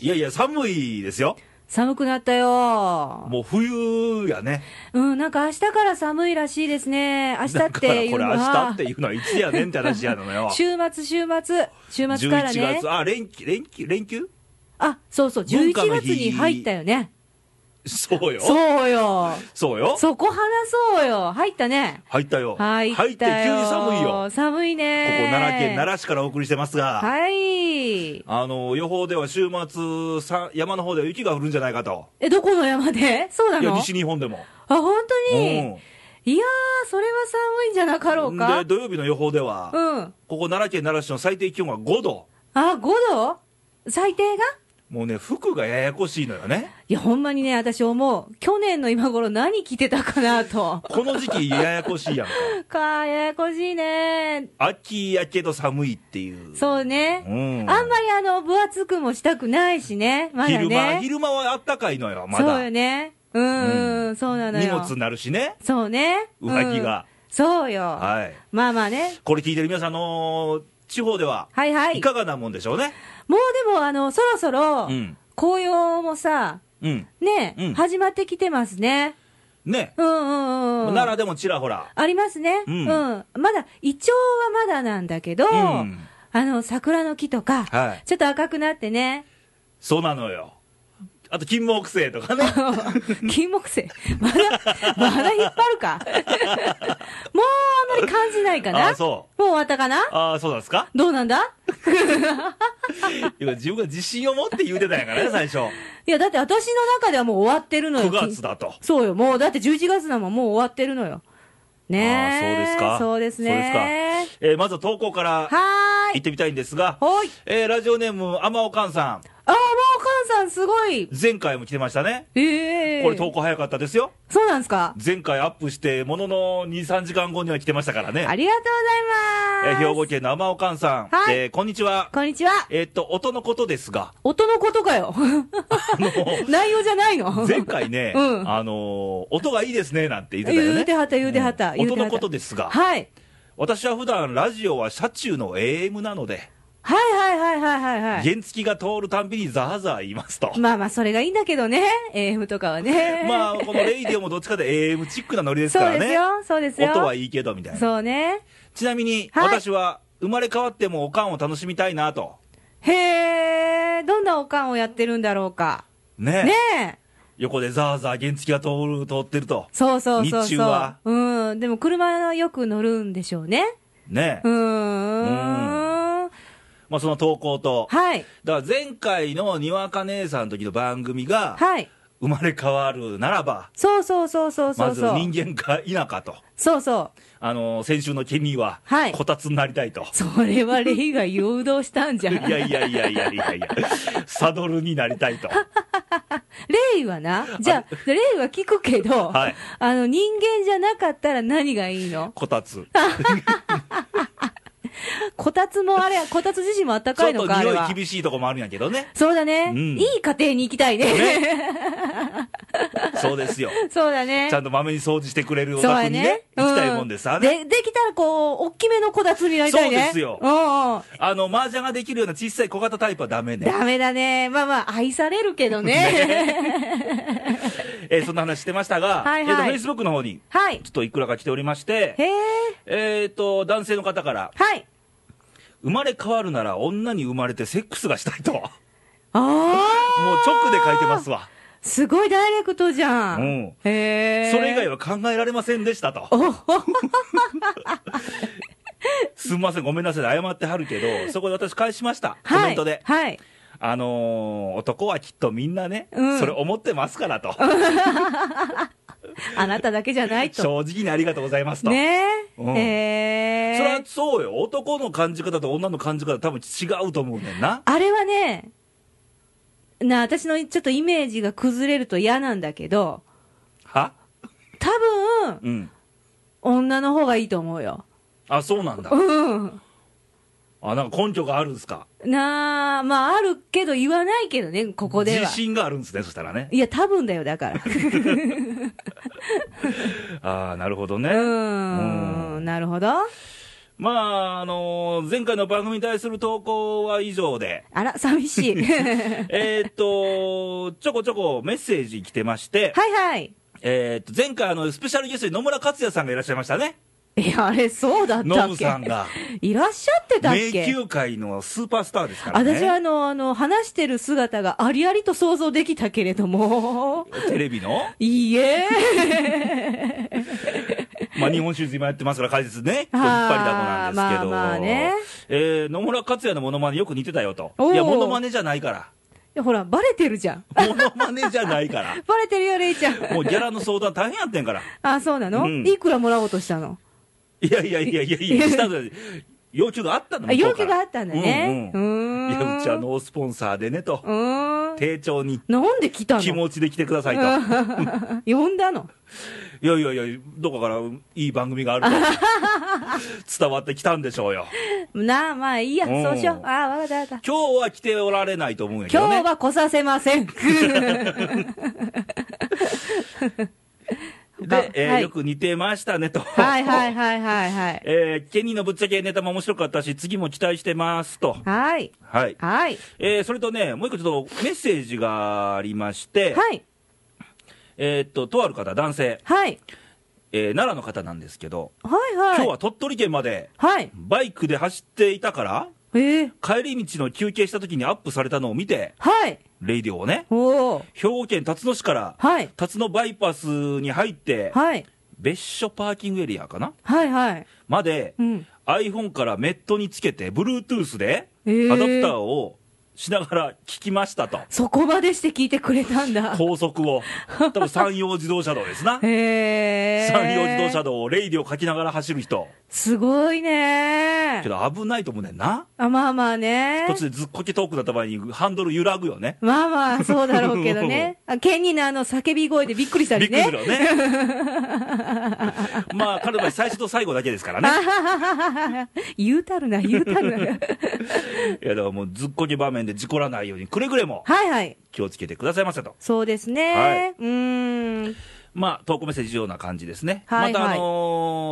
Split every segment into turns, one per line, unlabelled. いやいや、寒いですよ。
寒くなったよ。
もう冬や ね。
うん、なんか明日から寒いらしいですね。明日
だ
っ
から
ていう
これ
の
明日
は。
って、いうのはいつやねんって話やのよ
週末、週末、週末から
11
ね。
月、あ、連休、連休、連休
あ、そうそう、
文
11
化の
月
日
に入ったよね。
そうよ。
そうよ。
そうよ。
そこ話そうよ。入ったね。
入ったよ。
入
入っ
ってた
急
よ。
に寒いよ。ここ
寒いね。
奈良県奈良市からお送りしてますが、
はい。
あの、予報では週末、さ山の方では雪が降るんじゃないかと。
え、どこの山でそうない
や、
のあ、
西日本でも。
本当に、
うん
いやー、それは寒いんじゃなかろうか
で、。土曜日の予報では、
うん。
ここ奈良県奈良市の最低気温は5度。
あ、5度最低が
もうね、服がややこしいのよね。。
いや、ほんまにね、私思う。去年の今頃何着てたかなと
この時期ややこしいやんか。
かー、ややこしいね。
秋やけど寒いっていう。
そうね。
うん
あんまりあの、分厚くもしたくないしね。まだ
昼間、
ね。
昼間はあったかいのよ、まだ。
そうよね。うん、うん、そうなの
荷
よ。
物になるしね。
そうね。
上着が
うんそうよ。
はい。
まあまあね。
これ聞いてる皆さん、あのー地方では、
はいはい。
いかがなもんでしょうね。
もうでも、あの、そろそろ、
うん。
紅葉もさ、
うん。
ね、
うん
始まってきてますね。
ね。
うんうんうん。
奈良でもちらほら。
ありますね。
う
うんん。まだ、イチョウはまだなんだけど、
うん
あの、桜の木とか、
はい
ちょっと赤くなってね、
そうなのよ。あと、金木犀とかね。
金木犀、まだ、 まだ引っ張るか。 もうあんまり感じないかな。
あそ
もう終わったかな
ああ、そうなんですか
どうなんだ
いや自分が自信を持って言うてたんやからね、最 初。
いや、だって私の中ではもう終わってるの
9
よ。
月だと。
そうよ、もうだって11月なもん、もう終わってるのよ。ねえ。
ああそうですか
そうです
そう
ね。
えーまずは投稿から
はー
行っ
い。
てみたいんですが、
ほい。
えーラジオネーム、あまおかんさん。
ああ、もうカンさんすごい。
前回も来てましたね。
ええ
これ投稿早かったですよ。
そうなんですか
前回アップして、ものの2、3時間後には来てましたから
あ
ね。
りがとうござ
え
います。
ー兵庫県の天おかんさん。
はい
えーこんにちは。
こんにちは。
えーっと、音のことですが、
音のことかよ。
あの、
内容じゃないの。
前回ね、
うん
あのー、音がいいですね、なんて言ってたよ
言
ね
うて。はった、言うてはった。
うん
言うて
音
は
の
った
ことですが、
はい。
私は普段ラジオは車中の AM なので、
はいはいはいはいはいはい。
原付が通るたんびにザーザー言いますと。
まあまあ、それがいいんだけどね。AM とかはね。
まあ、このレイディオもどっちかで AM チックなノリですか
そ
ら
うです
ね。
よ。そうですよ。
音はいいけど、みたいな。
そうね。
ちなみに、
はい
私は生まれ変わってもおかんを楽しみたいなと。
へえ、どんなおかんをやってるんだろうか。
ね
ねえ。
横でザーザー原付が通る、通ってると。
そうそうそうそう。
日中は
うん。でも車はよく乗るんでしょうね。
ね
うーん。
まあその投稿と。
はい。
だから前回のにわか姉さんの時の番組が、
はい。
生まれ変わるならば、
そうそうそうそうそ
ま
う
ず
そう。
人間か否かと。
そうそう。
あの、先週の君は
は、い
こたつになりたいと。
それはレイが誘導したんじゃ
い
ん。
やいやいやいやいやいや、サドルになりたい と。
レイはな、じゃあ、レイは聞くけど、
はい
あの、人間じゃなかったら何がいいの
こたつ。
こたつもあれ、こたつ自身もあった
ちょ
か
っ
い
と
のか、あれ
匂
は。
い厳しいとこもあるんやけど ね。
そうだね、
うん
いい家庭に行きたいね。
そうですよ。
そうだね。
ちゃんとまめに掃除してくれるお
そう
宅
や
にね、行きたいもんですわね。
で、できたらこう、大きめのこたつになりたいね。
そうですよ
うんうん。
あの、麻雀ができるような小さい小型タイプはダメね。
ダメだね。まあまあ、愛されるけ どね。
えーそんな話してましたが、
はいはい
えっ、と、Facebook の方に、
はい
ちょ。っといくらか来ておりまして、
へえ。
えっ、と、男性の方から、
はい。
生まれ変わるなら女に生まれてセックスがしたいと、もう
ああ。
直で書いてますわ。
すごいダイレクトじゃん。
うん
へえ。
それ以外は
は。
考えられませんでしたと。 すみません、ごめんなさい、謝ってはるけど、そこで私返しました、コ
はい。
メントで。
はい。
あのー男はきっとみんなね、
うん
それ思ってますからと。
あなただけじゃない と。
正直にありがとうございますと。
ねえ。
うん
へえ。
そりゃそうよ、男の感じ方と女の感じ方、多分違うと思うねんな。
あれはね、なあ、私のちょっとイメージが崩れると嫌なんだけど、
は
多分、
うん。
女の方がいいと思うよ。
あ、そうなんだ。
うん。
あ、なんか根拠があるんですか。
なあ、まあ、あるけど言わないけどね、ここでは
自。信があるんですね、そしたらね。
いや、多分だよ、だから。
ああ、なるほど
う
ね。
ー
うん
ん、なるほど。
まあ、あのー前回の番組に対する投稿は以上 で、
あら、寂し い。はい
えーっと、ちょこちょこメッセージ来てまして、
はい。
えーっと、前回あの、スペシャルゲストに野村克也さんがいらっしゃいましたね。
いや、あれ、そうだった
ノ
っ
ブ
け
さんが。
いらっしゃってたっ
迷
け
宮界のスーパースターですからね。
私はあの、あの、話してる姿がありありと想像できたけれども、
テレビの、
いいえ。
まあ、日本シリーズ今やってますから、解説ね、
あ
引っ
ー
張りだこなんですけど、
まあまあね
えー野村克也のモノマネよく似てたよと、
おー
いや、モノマネじゃないか
いやほら、バレてるじゃん。
ら、モノマネじゃないか
バレてるよ、レイちゃん。
ら、もうギャラの相談大変やってんから、
あ、そうなの、
うん
いくらもらおうとしたの
いやいやいやいやいや、したのに要求があったんだ
あ
向こ
要
うか
求
ら
があったんだね。
う
うん
うん
ん。
いや、うちはノ
の。
ースポンサーでねと、
うん。
丁重に
なんで来たの
気持ちで来てくださいと、
呼んだの
いやいやいや、どこからいい番組があると伝わってきたんでしょうよ。
なあ、まあいいや、
うん
そうしよう。ああ、わかったわかった。
今日は来ておられないと思うんやけど
今
ね
日。は来させませ ん。
で、えー
はい
よく似てましたねと。
はいはいはいはいはい。
えーケニーのぶっちゃけネタも面白かったし、次も期待してますと。
はい。
はい。
はい。
えーそれとね、もう一個ちょっとメッセージがありまして、
はい。
えーっと、とある方、男性、
はい。
えー奈良の方なんですけど、
はいはい。
今日は鳥取県まで
はい。
バイクで走っていたから、
えー、
帰り道の休憩した時にアップされたのを見て、
はい。
レイディオをね、
おー。
兵庫県辰野市から、
はい。
辰野バイパスに入って、
はい。
別所パーキングエリアかな
はいはい。
まで、
うん。
iPhone からメットにつけて、Bluetooth で
えー
アダプターをしながら聞きました と、
そこまでして聞いてくれた んだ。
高速を、多分山陽自動車道ですな、
へえ。
山陽自動車道をレイディを書きながら走る人、
すごいね
けど危ないと思うねんな、
あ、まあまあね
こっ。ちでずっこけトークだった場合に、ハンドル揺らぐよね、
まあまあ、そうだろうけど ね。あケニーのあの叫び声でびっくりした
びっ
り
くり
ね
する。よね、 まあ、彼の場合、最初と最後だけですからね、
言うたるな、言うた るな。
いやだからもう、ずっこけ場面で事故らないように、くれぐれも
はいはい。
気をつけてくださいませと。
そうです
は
ね。うーん。
まあ、投稿メッセージ以上な感じですね。
はいはい
また、あの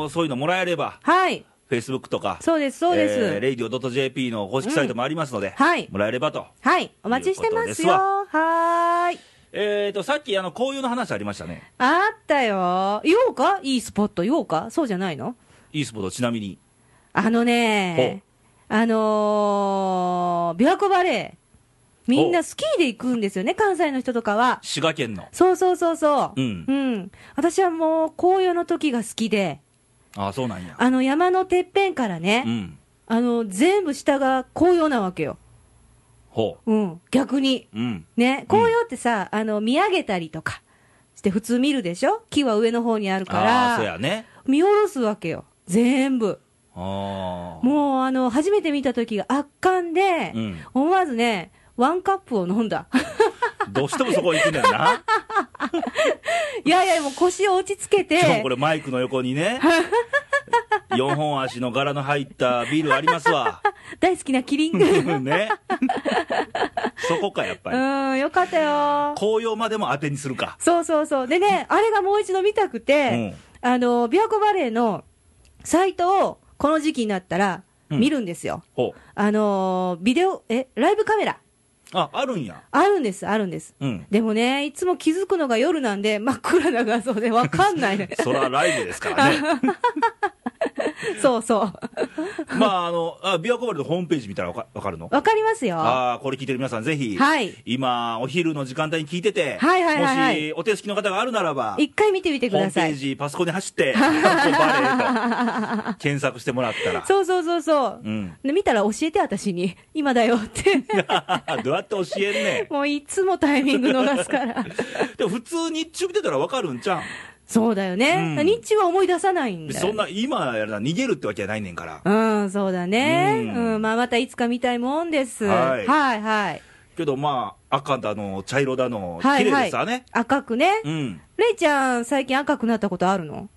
ーそういうのもらえれば、
はい。
Facebook とか、
そうです、そうです。
えー、radio.jp の公式サイトもありますので、
はい
もらえればと。
はい。お待ちしてますよ。
という
はーい。
えっ、と、さっき、あの、紅葉の話ありましたね。
あったよ。言おうかいいスポット言おうかそうじゃないの
いいスポット、ちなみに。
あのね、あのー、琵琶湖バレー、みんなスキーで行くんですよね、関西の人とかは。
滋賀県の。
そうそうそうそう。
うん
私はもう、紅葉の時が好きで、
ああ、そうなんや。
あの山のてっぺんからね、
うん。
あの、全部下が紅葉なわけよ。
ほ
うん、逆に。
う。うん。
ね、紅葉ってさ、あの、見上げたりとかして普通見るでしょ木は上の方にあるか
ああ、そう
ら、
やね。
見下ろすわけよ。全部。
ああ。
もう、あの、初めて見た時が圧巻で、
うん
思わずね、ワンカップを飲んだ。
どうしてもそこ行くんだよな。
いやいや、もう腰を落ち着け
しかも
て
こ、れマイクの横に ね、4本足の柄の入ったビールあります わ。
大好きなキリン。う
ね。そこか、やっぱり。
ん、よかったよ。
紅葉までも当てにするか。
そうそうそう。でね、あれがもう一度見たくて、あの、琵琶湖バレーのサイトを、この時期になったら、
うん
見るんですよ。
ほう。
あの、ビデオ、え、ライブカメラ。
あ、あるんや。
あるんです、あるんです。
うん。。
でもね、いつも気づくのが夜なんで、真っ暗な画像でわかんないね
そらライブですからね。
そうそう。
まあ、あの、あ琵琶湖バレーのホームページ見たらわかわかるの
わかりますよ。は
ああ、これ聞いてる皆さん、ぜひ、
い。
今、お昼の時間帯に聞いてて、
はいはいはいはい
もし、お手すきの方があるならば、
一回見てみてく
ホー
だ
ムペ
さ
ー
い。
ジ、パソコンで走って、 琵琶湖バレーと、検索してもらったら、
そうそうそうそう。
うん。
で見たら教えて、私に。今だよって。
どうやって教えんね
もういつもタイミング逃す から。
ん。でも、普通日中見てたらわかるんちゃ
そうだよね、
うん
日中は思い出さない
う
ん
ん
だよ。
そんな、今やるな、逃げるってわけじゃないねんから。
うん、そうだね。
う
うんん、まあまたいつか見たいもんです。
は
はいい、はい、はい。
けど、まあ、赤だの、茶色だの、綺麗ですわね。
赤くね。
うん。
レイちゃん、最近赤くなったことあるの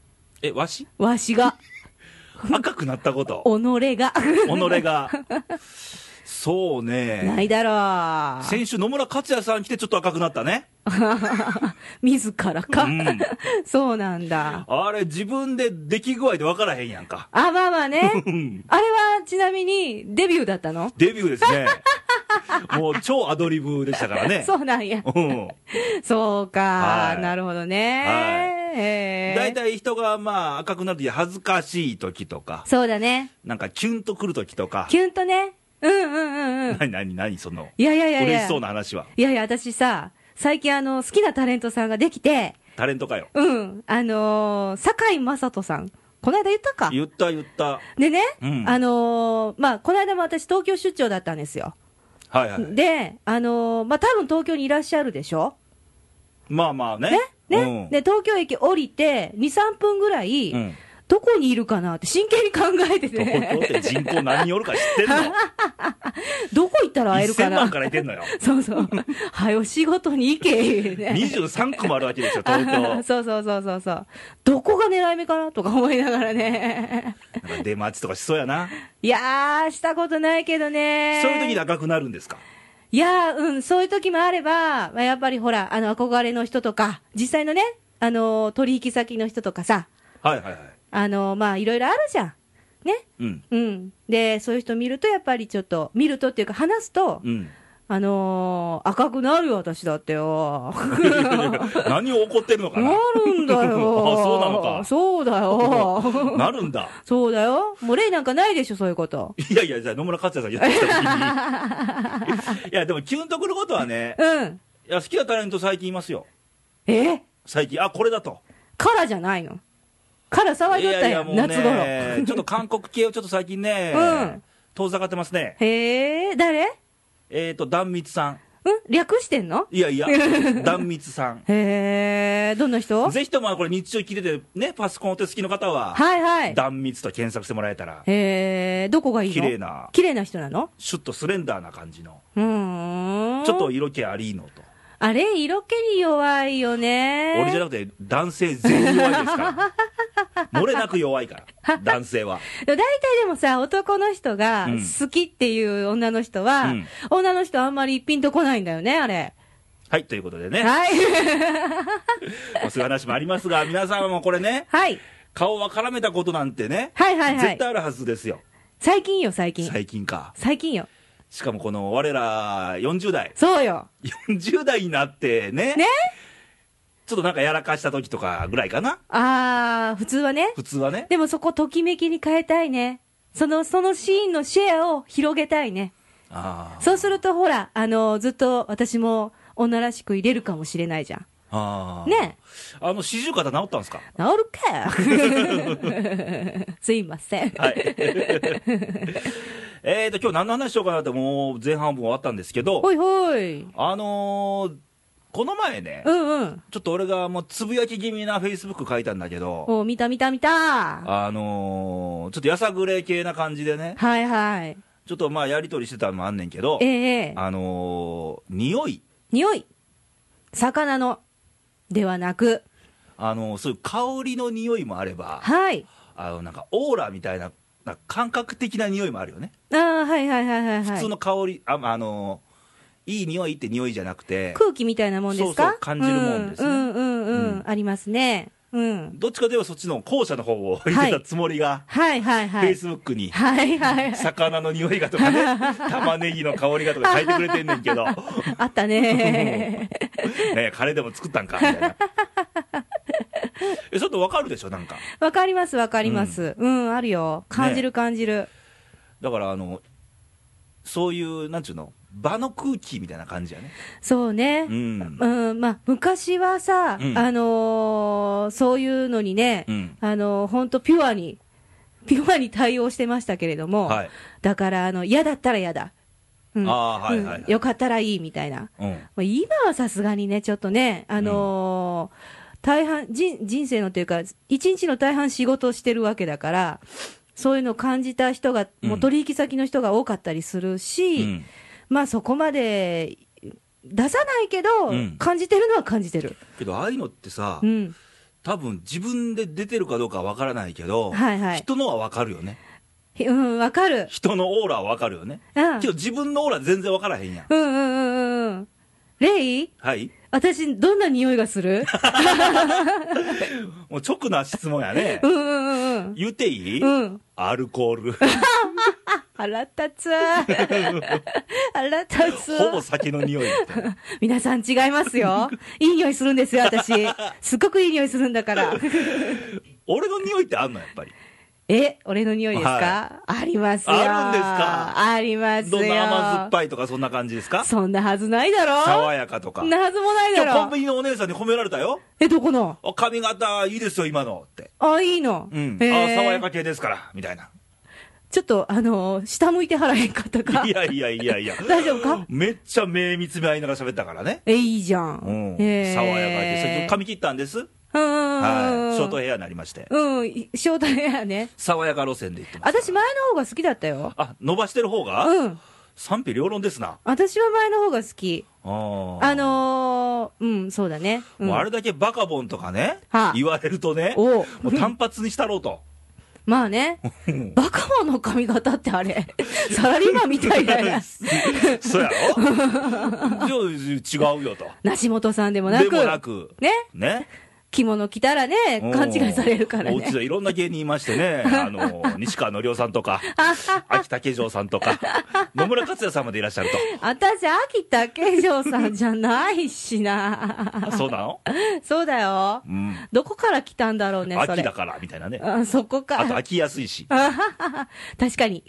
え、わし
わしが。
赤くなったこと。
己が。
己が。そう
な
ね。
いだろう。
先週野村克也さん来てちょっと赤くなったね。
自ら
う
か。
ん。
そうなんだ。
あれ自分で出来具合で分からへんやんか。
あ、まあまあね。
うん
あれはちなみにデビューだったの
デビューです ね。もう超アドリブでしたからね。
そうなんや。
うん。
そう
は
か。
い
なるほどね。
は
えー
大体人がまあ赤くなるとき恥ずかしいときとか、
そうだね。
なんかキュンとくるときとか。
キュンとね。うんうんうんうん。
何何何その。
いやいやいやいや。
嬉しそうな話は。
いやいや、私さ、最近あの、好きなタレントさんができて、
タレントかよ。
うん、あのー、堺雅人さん。この間言ったか。
言った言った。
でね、
うん
あのーまあ、この間も私東京出張だったんですよ。
はいはい。
で、あのーまあ、多分東京にいらっしゃるでしょ
まあまあね。
ねね、
うん
で、東京駅降りて、2、3分ぐらい、
うん。
どこにいるかなって真剣に考えてて、
東京って人口何人おるか知ってんの
どこ行ったら会えるか
?1000
な
万からいてんのよ。
そうそう。はよ、仕事に 行け、 ね。
23区もあるわけです よ、東京。なんか
そうそうそうそうそう。どこが狙い目かなとか思いなが らね。
出待ちとかしそうやな。
いやー、したことないけどね。
そういう時に赤くなるんですか。
いやー、うん、そういう時もあれば、まあ、やっぱりほら、あの、憧れの人とか、実際のね、あのー、取引先の人とかさ、
はいはいはい。
あのー、まあ、いろいろあるじゃん。ね。
うん。
うん。で、そういう人見ると、やっぱりちょっと、見るとっていうか、話すと、
うん。
あのー、赤くなるよ、私だってよ。
何を怒ってるのか
な
な。
るんだよ。
あそうなのか
そう だよ。
なるんだ。
そうだよ。もう例なんかないでしょ、そういうこと。
いやいや、じゃあ野村克也さん言ってた 時に。いや、でもキュンとくることはね、
うん。
いや、好きなタレント最近いますよ。
え
最近、あ、これだと。
カラじゃないの。カラ騒い
い
だった
やいや、
や
も
ん、
うね、
夏頃。
ちょっと韓国系をちょっと最近ね、
うん
遠ざかってますね。
へえ、誰ん
えっ、と、壇蜜さん。
略してんの
いやい や、壇蜜さん。
へえ、どんな人はい
ぜひともこれ日中聞いててね、パソコンお手つきの方は、
はい。
断密と検索してもらえたら、
へえ、どこがいいの
綺麗。な、
綺麗な人なの
シュッとスレンダーな感じの、
うーん。
ちょっと。色気ありのと。
あれ、色気に弱いよね。
俺じゃなくて、男性全員弱いですか ら。漏れなく弱いから、男性は。
でも大体でもさ、男の人が
うん
好きっていう女の人は、
うん
女の人あんまりピンとこないんだよね、あれ。
はい、ということでね、ま
はい。
あそういう話もありますが、皆さんもこれね、
はい。
顔を絡めたことなんてね、
はいはいは
絶
い
対。あるはずですよ、
最近よ、最近。
最近か。
最近よ。
しかもこの我ら40代、
そうよ。
40代になってね、
ね
ちょっとなんかやらかした時とかぐらいかな、
あー、普通はね。
普通はね。
でもそこ、ときめきに変えたいね。その、そのシーンのシェアを広げたいね。
あー
そうすると、ほら、あの、ずっと私も女らしく入れるかもしれないじゃん。
あー
ね
あの四十肩治ったんですか
治る か すいません。
はい えーと今日何の話しようかなってもう前半分終わったんですけど
ほいほい。
あのーこの前ね
うんうん。
ちょっと俺がもうつぶやき気味なフェイスブック書いたんだけど
お見た見た見た。
あのーちょっとやさぐれ系な感じでね
はいはい。
ちょっとまあやり取りしてたのもあんねんけど
ええ
あのー匂い
匂い。魚の。ではなく。
あのーそういう香りの匂いもあれば
はい。
あのなんかオーラみたいななんか感覚的な匂いもあるよね
ああ、はいはいはいはい、はい。
普通の香り、ああのいい匂いって匂いじゃなくて、
空気みたいなもんですか
そうそう感じるもんですね
うんうんうん、う
う
ん
ん
ありますね。うん。
どっちかといえばそっちの後者の方を言ってたつもりが、
はいはいは
フェイ
い。
スブックに、
はいはい。
魚の匂いがとかね、玉ねぎの香りがとか書いてくれてんねんけど、
あったね。
ねカレーでも作ったんか、みたいな。えちょっとわかるでしょ、なんか。
わかりますわかります、うん。あるよ。感じる感じる。
だから、あの、そういう、なんちゅうの、場の空気みたいな感じやね。
そうね
う。ん。
うん、まあ、昔はさ、
うん
あのーそういうのにね、
うん。
あのー、ほんとピュアに、ピュアに対応してましたけれども、
はい。
だから、あの、嫌だったら嫌だ。うん。
あーはいはいはい
うんよかったらいいみたいな。
うん。
まあ今はさすがにね、ちょっとね、あのー大半人、人生のというか、一日の大半仕事をしてるわけだから、そういうのを感じた人が、
うん
もう取引先の人が多かったりするし、
うん
まあそこまで出さないけど、
うん
感じてるのは感じてる。
けど、ああいうのってさ、
うん。
多分自分で出てるかどうかはわからないけど、
はいはい
人のはわかるよね。
ひうん、わかる。
人のオーラはわかるよね。
うん。
けど自分のオーラ全然わからへんやん。
うんうんうんうんうん。レイ
はい
私、どんな匂いがする
もう直な質問やね
う。んうんうんうん。
言っていい
うん。
アルコール。
腹立つ。 腹立つ。
ほぼ酒の匂いみたい な。
皆さん違いますよ。いい匂いするんですよ、私。すっごくいい匂いするんだから。
俺の匂いってあんのやっぱり。
え、俺の匂いですか、ありますよ。
あるんですか
ありますよ。
どんな甘酸っぱいとかそんな感じですか
そんなはずないだろ
爽やかとか。
んなはずもないだ
今日コン
ろ
ビニのお姉さんに褒められたよ。
え、どこの
あ髪型いいですよ、今のって。
あ、いいの。
うん。あ
へ
爽
ー
やか系ですから、みたいな。
ちょっと、あのー下向いてはらへんかったか
い。やいやいや いや。
大丈夫か
めっちゃ目見つめ合いながら喋ったからね。
え、いいじゃん。
うん。爽
へ
や
ー
か系。それ髪切ったんです。
うんうんうんうん。
はい。ショートヘアになりまして。
うん、ショートヘアね。
爽やか路線で行ってます。
私、前の方が好きだったよ。
あ、伸ばしてる方が
うん。
賛否両論ですな。
私は前の方が好き。
あー
あのー、うん、そうだね。うん、
もうあれだけバカボンとかね
はあ、
言われるとね、
おう
もう単発にしたろうと。
まあね。バカモンの髪型ってあれ、 サラリーマンみたいだよ ね。
そうやろじゃあ違うよと。
梨本さんでもな
で
く。
もなく、
ね。
ね。
着物着たらね、 勘違いされるから
おうち
ね。
でいろんな芸人いまして ね、あの、西川のりおさんとか、秋竹城さんとか、野村克也さんまでいらっしゃる
私、秋竹城さんじゃないしな。
と。あ そうなの
そうだよ
う。ん。
どこから来たんだろうね、そ
秋
れ
だ。から、みたいなね。
あそこ
あと
か。
飽きやすいし。
確かに。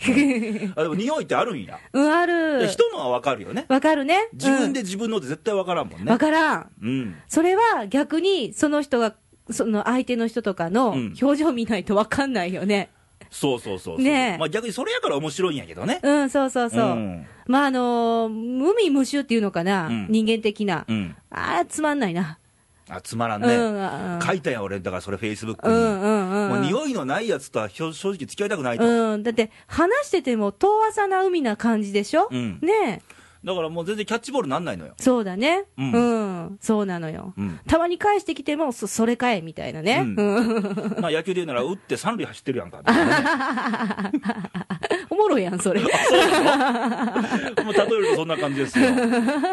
あでも匂いってあるんや。
うん、あ
で
る。
人のはわかるよね。
わかるね。
自分
で。
で自分のって絶対わからんもん
わ
ね。
からん。
うん。
それは逆に、その人が、その相手の人とかの
うん
表情見ないとわかんないよね。
そうそうそうそう。
ねえ
まあ逆にそれやから面白いんやけどね。
うん、そうそうそう。
ん
まあ、あのー無味無臭っていうのかな、
うん
人間的な。
うん。
ああ、つまんないな。
あ、つまらん
うん
ね。
あー
書いたやん俺、だからそれフェイスブック
う
に。
んうんうん。
もう匂いのないやつとはひょ正直付き合いたくないと。
うん、だって、話してても遠浅な海な感じでしょ、
うん
ねえ、
だからもう全然キャッチボールなんないのよ。
そうだね、う、
うんん
そうなのよ、
うん。
たまに返してきても、そそれかえみたいなね、
うん
うん
まあ野球で言うなら、打って三塁走ってるやん か。みたいなね
おもろいや ん、それ、
もう例えるとそんな感じですよ。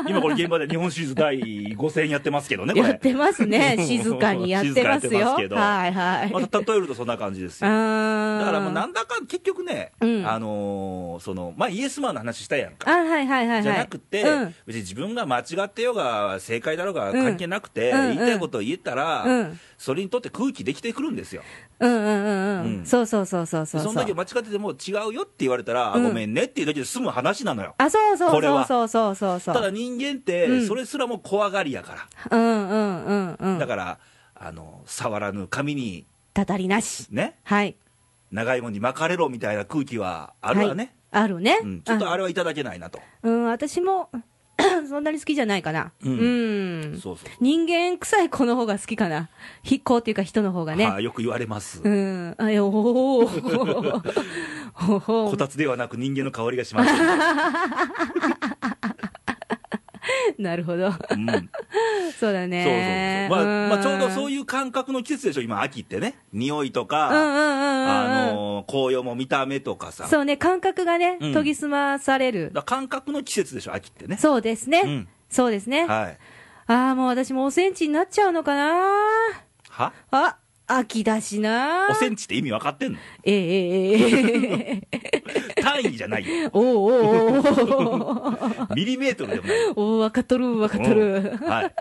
今これ現場で日本シリーズ第5戦やってますけどね、こ
やっ
れ。
てますね、静かにやってま す
静かにやってます
よ、
けど
はいはい、
また例えるとそんな感じですよ。だ
だ
からもうなんだかん結局ね、
うん
あのーその、まあイエスマンの話したやんか。
あはいはいはいはい、
じゃなくて、
うん
別に自分が間違ってようが正解だろうが関係なくて、
うんうん
言いたいことを言えたら、
うん
それにとって空気できてくるんですよ。
うんうんうんうん、
うん
そうそうそうそう
そ
そう
の時間違ってても違うよって言われたら、あ
うん
ごめんねっていうだけで済む話なのよ。
あそうそ
こ
う
れ
そう
は
そうそうそうそう
ただ人間っ
う
て
ん
それすらも怖がりやから、
うんうんうんうん
だからあの触らぬ紙に
たたりなし
ね
はい
長いもんに巻かれろみたいな空気はあるわね、
はいあるね、
うん、ちょっとあれはいただけないなと、
うん、私も そんなに好きじゃないかな。
う
う。
んんそうそう
人間臭い子の方が好きかな。非行っていうか人の方がね。
はあ、よく言われます、
うん。あ、いやおお お
こ
ほ
たつではなく人間の香りがし ます、
なるほど。
うん、そうそう
そうだ
そう
ね。
まあまあ、ちょうど
う
そうんいう感覚の季節でしょ今秋ってね匂いとか、
うんうんうんうん。
あの紅葉も見た目とかさ
そうね、感覚がね、
うん
研ぎ澄まされる。
だから感覚の季節でしょ秋ってね
そうですね。
うん
そうですね。あ
はい
あ、もう私もおセンチになっちゃうのかな。
は
あ、秋だしな。
おセンチって意味分かってんの
ええええええ。
単位じゃない よ
おうおうおう
ミリメートルでもないよ
おうおう分かっとる分かっと
うん
る、
はい。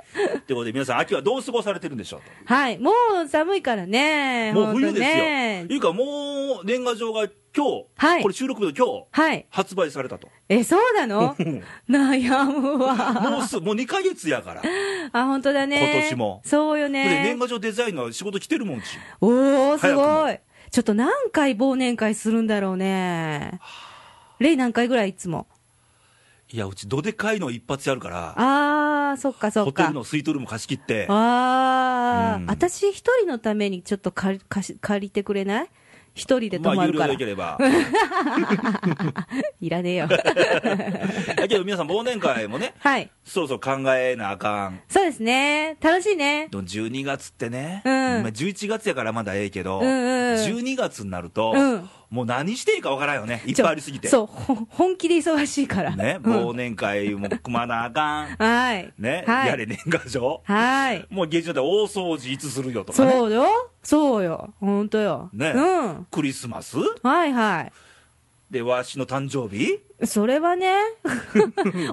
ということで皆さん秋はどう過ごされてるんでしょう
はいもう寒いからね
と。もう冬ですよ。
ほんとね
いうかもう年賀状が今日、
はい
これ収録日の今日、
はい
発売された と。
えそうな の悩むわ
もうす、もう2ヶ月や から。で
あ本当だね
今年も
そうよね
年賀状デザインの仕事来てるもんち。
おおす
早く
ご
も
いちょっと何回忘年会するんだろうね例何回ぐらいいつも
いや、うちどでかいの一発やるから、
あーそっかそ
ホ
っ
テ
か
ルのスイートルーム貸し切って、
ああ、
うん
私一人のためにちょっと借り貸し借りてくれない一人で
ま
泊
あ、
ま
有料
るから。
でいければ。
いらねえよ。
だけど皆さん、忘年会もね、
はい。
そろそろ考えなあかん。
そうですね。楽しいね。
でも12月ってね、
うん
まあ11月やからまだええけど、
うんうんうん
12月になると、
うん
もう何していいかわからんよね、いっ
ちょ
ぱいありすぎて。
そう、ほ本気で忙しいから。
ね、
うん。
忘年会も組まなあかん
はい。
ね、
はい
やれ年賀状。
はい。
もう下旬だったら大掃除いつするよとかね。
そうよ。そうよ。ほんとよ。
ね
うん。
クリスマス
はいは
で、わしの誕生日
い。それは ね、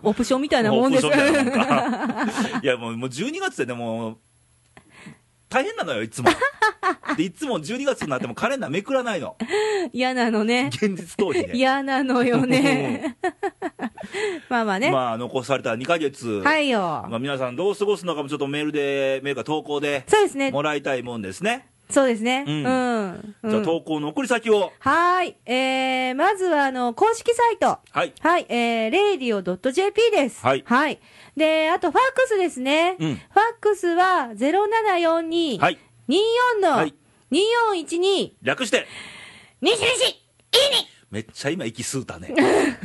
オプションみたいなもんです
もう嘘みたいなもんか いやもう、もう12月ってね、もう、大変なのよ、いつも。で、いつも12月になってもカレンダーめくらないの。
嫌なのね。
現実逃避で。
嫌なのよ ね。まあまあね。
まあ、残された2ヶ月。
はいよ。
まあ、皆さんどう過ごすのかもちょっとメールで、メールか投稿で
そうですね。
もらいたいもんですね。
そうですね。
う
うんん。うん
じゃあ投稿の送り先を。
はーい。えー、まずは、あの、公式サイト。
はい。
はい、えー、radio.jp です。
はい
で、あと、ファックスですね。
うん
ファックスは、0742、
はい。
24の、
はい
2412、22
略して。
いいね
めっちゃ今息吸うたね。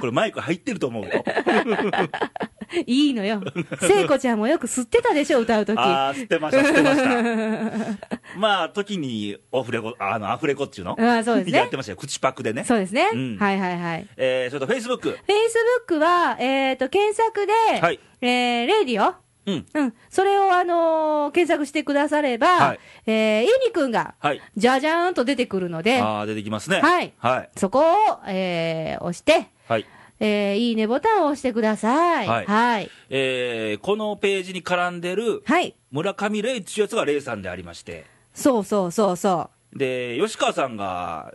これマイク入ってると思うよ。
いいのよ。聖子ちゃんもよく吸ってたでしょ、歌うとき。
ああ、吸ってました、吸ってました。まあ、時にオフレコ、あの、アフレコっちゅうの
うんそうですね
やってましたよ。口パクでね。
そうですね、
うん
はいはいはい。
えー、それと Facebook。
Facebook は、えっ、と、検索で、
はい
えー、レディオ
うん。
うん。それを、あのー検索してくだされば、
はい
えー、イニくんが、
はい。
じゃじゃーんと出てくるので、
ああ、出てきますね。
はい
はい。
そこを、えー押して、
はい。
えーいいねボタンを押してください。
はい
はい。
えー、このページに絡んでる
はい
村上レイっていうやつがレイさんでありまして。
そうそうそうそ
で、吉川さんが、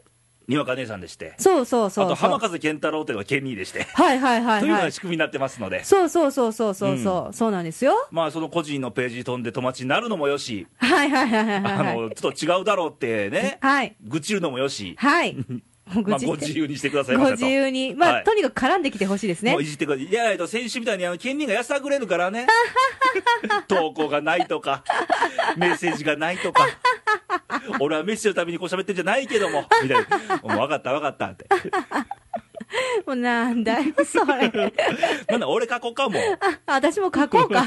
にわか姉さんでして
う。。そうそうそうそう。
あと、浜風健太郎というのがケニーでして。
はいはいはい、
というよう
は。
ない仕組みになってますので。
そうそうそうそうそうそう、そうなんですよ。
まあ、その個人のページに飛んで友達になるのもよし、
はいはいはいはい
あ
はい。
の、ちょっと違うだろうってね、
はい。
愚痴るのもよし、
はい。もう
まあ、
愚痴
ご
って
自由にしてくださいま
ご
せと。
自由に。まあ、
はい
とにかく絡んできてほしいですね
もう。いじってください。いやいやと、先週みたいに、あの、県人がやさぐれるから ね。投稿がないとか、メッセージがないとか。俺はメッセージのためにこう喋ってんじゃないけども、みたいな。もう分かった分かったって。
もうなんだよ、そ れ。
なんだ、俺書こうかも。
あ私も書こうか。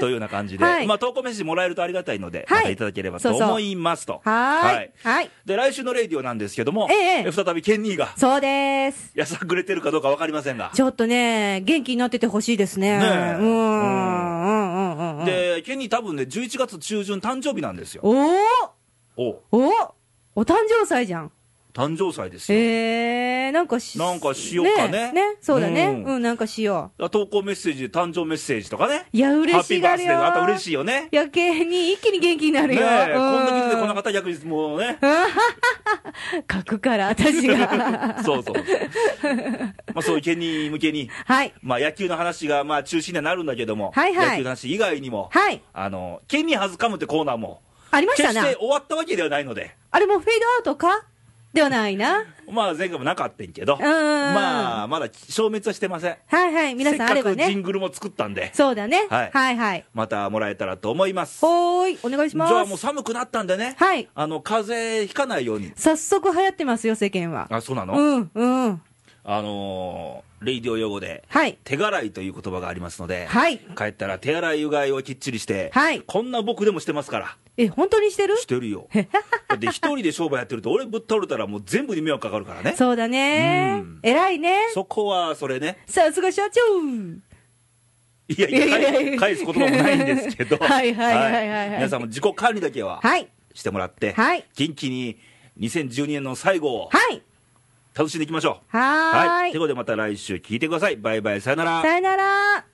というような感じで、
はい
まあ、投稿メッセージもらえるとありがたいので、
はい
またいただければと
そうそう
思いますと。
はーい。はい。
で、来週のレイディオなんですけども、
ええ
再びケンニーが、
そうです。
やさぐれてるかどうか分かりませんが、
ちょっとね、元気になっててほしいですね。
ねえ
うん、うん、うん、うんうん。
で、ケンニー多分ね、11月中旬誕生日なんですよ。
おー
おう
おお誕生祭じゃん。
誕生祭ですよ。
えー、なんかし、
なんかしようかね
ねそうだね、
うん
うん。なんかしよ
投稿メッセージ、誕生メッセージとかね。
う。いや、嬉しいが
ハッ
る
ピー
よ。
バースデーのあと嬉しいよね。
い。や、けに一気に元気になる
ねえ、
よ。うん
こんな時でこの方逆にもうね、
書くから、私が。
そうそう。まあそういうケンニー向けに、
はい。
まあ野球の話がまあ中心にはなるんだけども、
はいはい
野球の話以外にも、
はい。
あの、ケニーハズカムってコーナーも、
ありまし
決
た
し
な。
て終わったわけではないので、
あれもうフェードアウトかではないな。
まあ前回もなかったんけど、
んうん
まあまだ消滅はしてません。
はいはい。皆さんあれば
せっかくジン
ね。
グルも作ったんで、
そうだね。
はい
はいはい。
またもらえたらと思います。
ほーい。お願いし
じ
ます。
ゃあもう寒くなったんでね、
はい
あの、風邪ひかないように。
早速流行ってますよ、世間は。
あ、そうなの、
うん、うん。
あのーレイディオ用語で、
はい。
手洗いという言葉がありますので、
はい。
帰ったら手洗い、うがいをきっちりして、
はい
こんな僕でもしてますから、
え、本当にしてる
してるよ。だって一人で商売やってると、俺ぶっ倒れたらもう全部に迷惑かかるからね。
そうだね
うん。
偉いね。
そこはそれね、
さすが社長
いやいや
いやいやいや
返す言葉もないんですけど、
はいはいはいはいはい
皆さんも自己管理だけは
はい。
してもらって、
はい
元気に2012年の最後を
はい。
楽しんでいきましょう。
はー
という
い。
ことでまた来週聞いてください。バイバイ、さよなら。
さよなら。